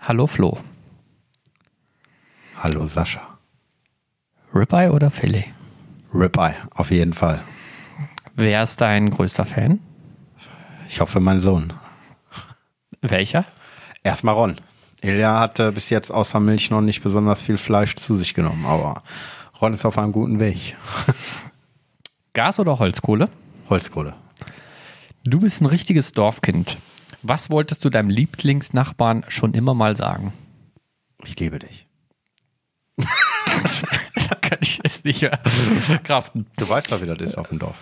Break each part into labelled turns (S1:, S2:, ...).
S1: Hallo Flo.
S2: Hallo Sascha.
S1: Ribeye oder Filet?
S2: Ribeye, auf jeden Fall.
S1: Wer ist dein größter Fan?
S2: Ich hoffe, mein Sohn.
S1: Welcher?
S2: Erstmal Ron. Ilja hatte bis jetzt außer Milch noch nicht besonders viel Fleisch zu sich genommen, aber Ron ist auf einem guten Weg.
S1: Gas oder Holzkohle?
S2: Holzkohle.
S1: Du bist ein richtiges Dorfkind. Was wolltest du deinem Lieblingsnachbarn schon immer mal sagen?
S2: Ich liebe dich.
S1: da kann ich es nicht mehr kraften.
S2: Du weißt doch, wie das ist auf dem Dorf.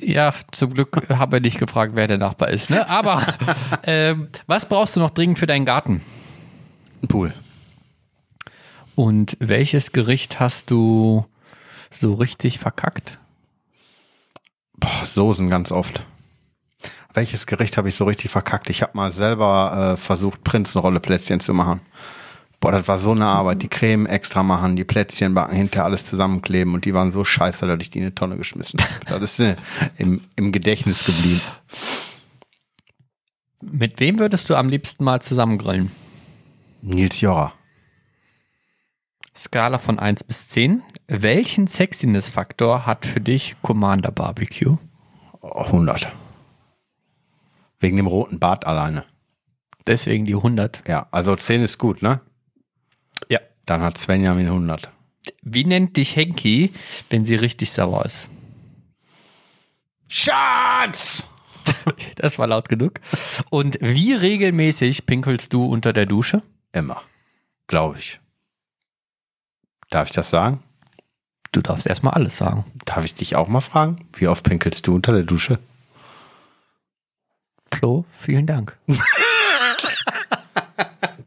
S1: Ja, zum Glück habe ich nicht gefragt, wer der Nachbar ist. Ne? Aber ähm, was brauchst du noch dringend für deinen Garten?
S2: Ein Pool.
S1: Und welches Gericht hast du so richtig verkackt?
S2: Boah, Soßen ganz oft. Welches Gericht habe ich so richtig verkackt? Ich habe mal selber äh, versucht, Prinzenrolle-Plätzchen zu machen. Boah, das war so eine Arbeit. Die Creme extra machen, die Plätzchen backen, hinterher alles zusammenkleben und die waren so scheiße, dass ich die in eine Tonne geschmissen habe. Das ist äh, im, im Gedächtnis geblieben.
S1: Mit wem würdest du am liebsten mal zusammen grillen?
S2: Nils Jorra.
S1: Skala von 1 bis 10. Welchen Sexiness-Faktor hat für dich Commander Barbecue?
S2: Oh, 100. Wegen dem roten Bart alleine.
S1: Deswegen die 100.
S2: Ja, also 10 ist gut, ne?
S1: Ja.
S2: Dann hat Svenjamin 100.
S1: Wie nennt dich Henki, wenn sie richtig sauer ist?
S2: Schatz!
S1: Das war laut genug. Und wie regelmäßig pinkelst du unter der Dusche?
S2: Immer. Glaube ich. Darf ich das sagen?
S1: Du darfst erstmal alles sagen.
S2: Darf ich dich auch mal fragen? Wie oft pinkelst du unter der Dusche?
S1: Flo, vielen Dank.